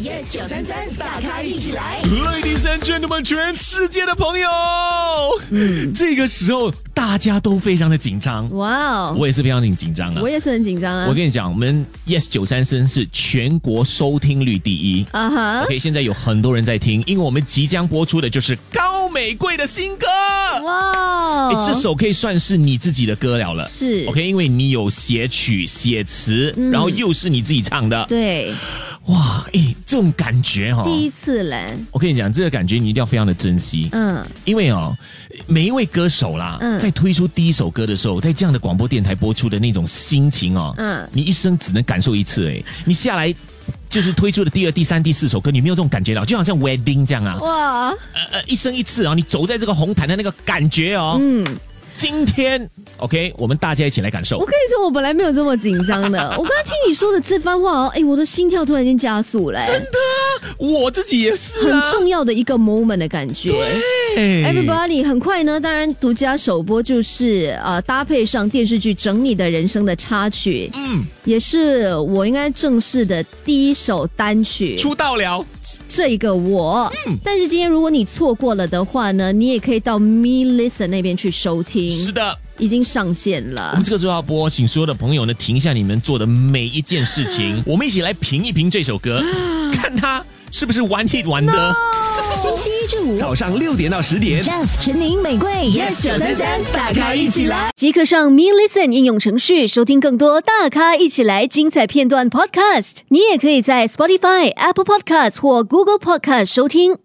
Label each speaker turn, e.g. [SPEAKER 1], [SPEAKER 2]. [SPEAKER 1] yes 九三三，大咖一起来。
[SPEAKER 2] Ladies and gentlemen，全世界的朋友，这个时候大家都非常的紧张，
[SPEAKER 3] 哇嗯哦，
[SPEAKER 2] 我也是非常的紧张啊
[SPEAKER 3] 我。也是很紧张啊
[SPEAKER 2] 我。跟你讲，我们 Yes 九三三是全国收听率第一。
[SPEAKER 3] 啊哈，
[SPEAKER 2] OK，现在有很多人在听，因为我们即将播出的就是高美桂的新歌。哎
[SPEAKER 3] 哇
[SPEAKER 2] 诶，这
[SPEAKER 3] 哦，
[SPEAKER 2] 首可以算是你自己的歌了了。
[SPEAKER 3] 是
[SPEAKER 2] OK，因为你有写曲、写词，
[SPEAKER 3] 嗯
[SPEAKER 2] 然后又是你自己唱的。
[SPEAKER 3] 对，
[SPEAKER 2] 哇，诶，这种感觉哈、
[SPEAKER 3] 第一
[SPEAKER 2] 哦，
[SPEAKER 3] 次来，
[SPEAKER 2] 我跟你讲，这个感觉你一定要非常的珍惜。
[SPEAKER 3] 嗯，
[SPEAKER 2] 因为哦，每一位歌手啦，
[SPEAKER 3] 嗯
[SPEAKER 2] 在推出第一首歌的时候，在这样的广播电台播出的那种心情哦，
[SPEAKER 3] 嗯
[SPEAKER 2] 你一生只能感受一次哎，你下来。就是推出的第二、第三、第四首歌，你没有这种感觉了，就好像 wedding 这样
[SPEAKER 3] 哦
[SPEAKER 2] 啊，
[SPEAKER 3] 哇，
[SPEAKER 2] 呃呃，一生一次啊，你走在这个红毯的那个感觉哦。
[SPEAKER 3] 嗯，
[SPEAKER 2] 今天 OK，我们大家一起来感受
[SPEAKER 3] 我。跟你说，我本来没有这么紧张的。 我刚刚听你说的这番话哦，哎，我的心跳突然间加速了，哎
[SPEAKER 2] 我自己也是
[SPEAKER 3] 很
[SPEAKER 2] 啊
[SPEAKER 3] 重要的一个 moment 的感觉。
[SPEAKER 2] 哎
[SPEAKER 3] Everybody，很快呢，当然独家首播就是呃，搭配上电视剧《整你的人生》的插曲，
[SPEAKER 2] 嗯，
[SPEAKER 3] 也是我应该正式的第一首单曲。
[SPEAKER 2] 出道了，
[SPEAKER 3] 这个我，
[SPEAKER 1] 嗯
[SPEAKER 3] 但是今天如果你错过了的话呢，你也可以到 Me Listen 那边去收
[SPEAKER 2] 是
[SPEAKER 3] 听，
[SPEAKER 2] 的。
[SPEAKER 3] 已经上线
[SPEAKER 2] 我
[SPEAKER 3] 了
[SPEAKER 2] 们。这个时候要播，请所有的朋友呢停下你们做的每一件事情，我们一起来评一评这首歌，看它是不是玩 hit 玩的。
[SPEAKER 1] 星期一至五
[SPEAKER 2] 早上六点到十点，
[SPEAKER 1] ，Jeff、陈宁、玫瑰，Yes 九三三，大咖一起来。
[SPEAKER 3] 即刻上 Me Listen 应用程序收听更多大咖一起来精彩片段 Podcast。你也可以在 Spotify、Apple Podcast 或 Google Podcast 收听。